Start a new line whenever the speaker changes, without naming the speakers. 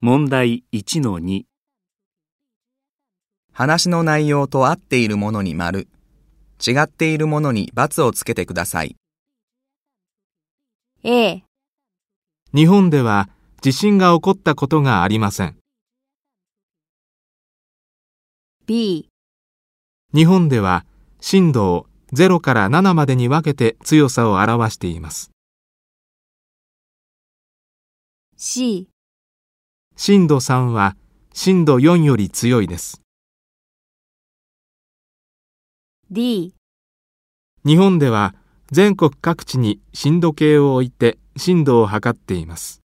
問題1の2、
話の内容と合っているものに丸、違っているものに×をつけてください。
A、
日本では地震が起こったことがありません。
B、
日本では震度を0から7までに分けて強さを表しています。
C、
震度3は震度4より強いです。
D、
日本では全国各地に震度計を置いて震度を測っています。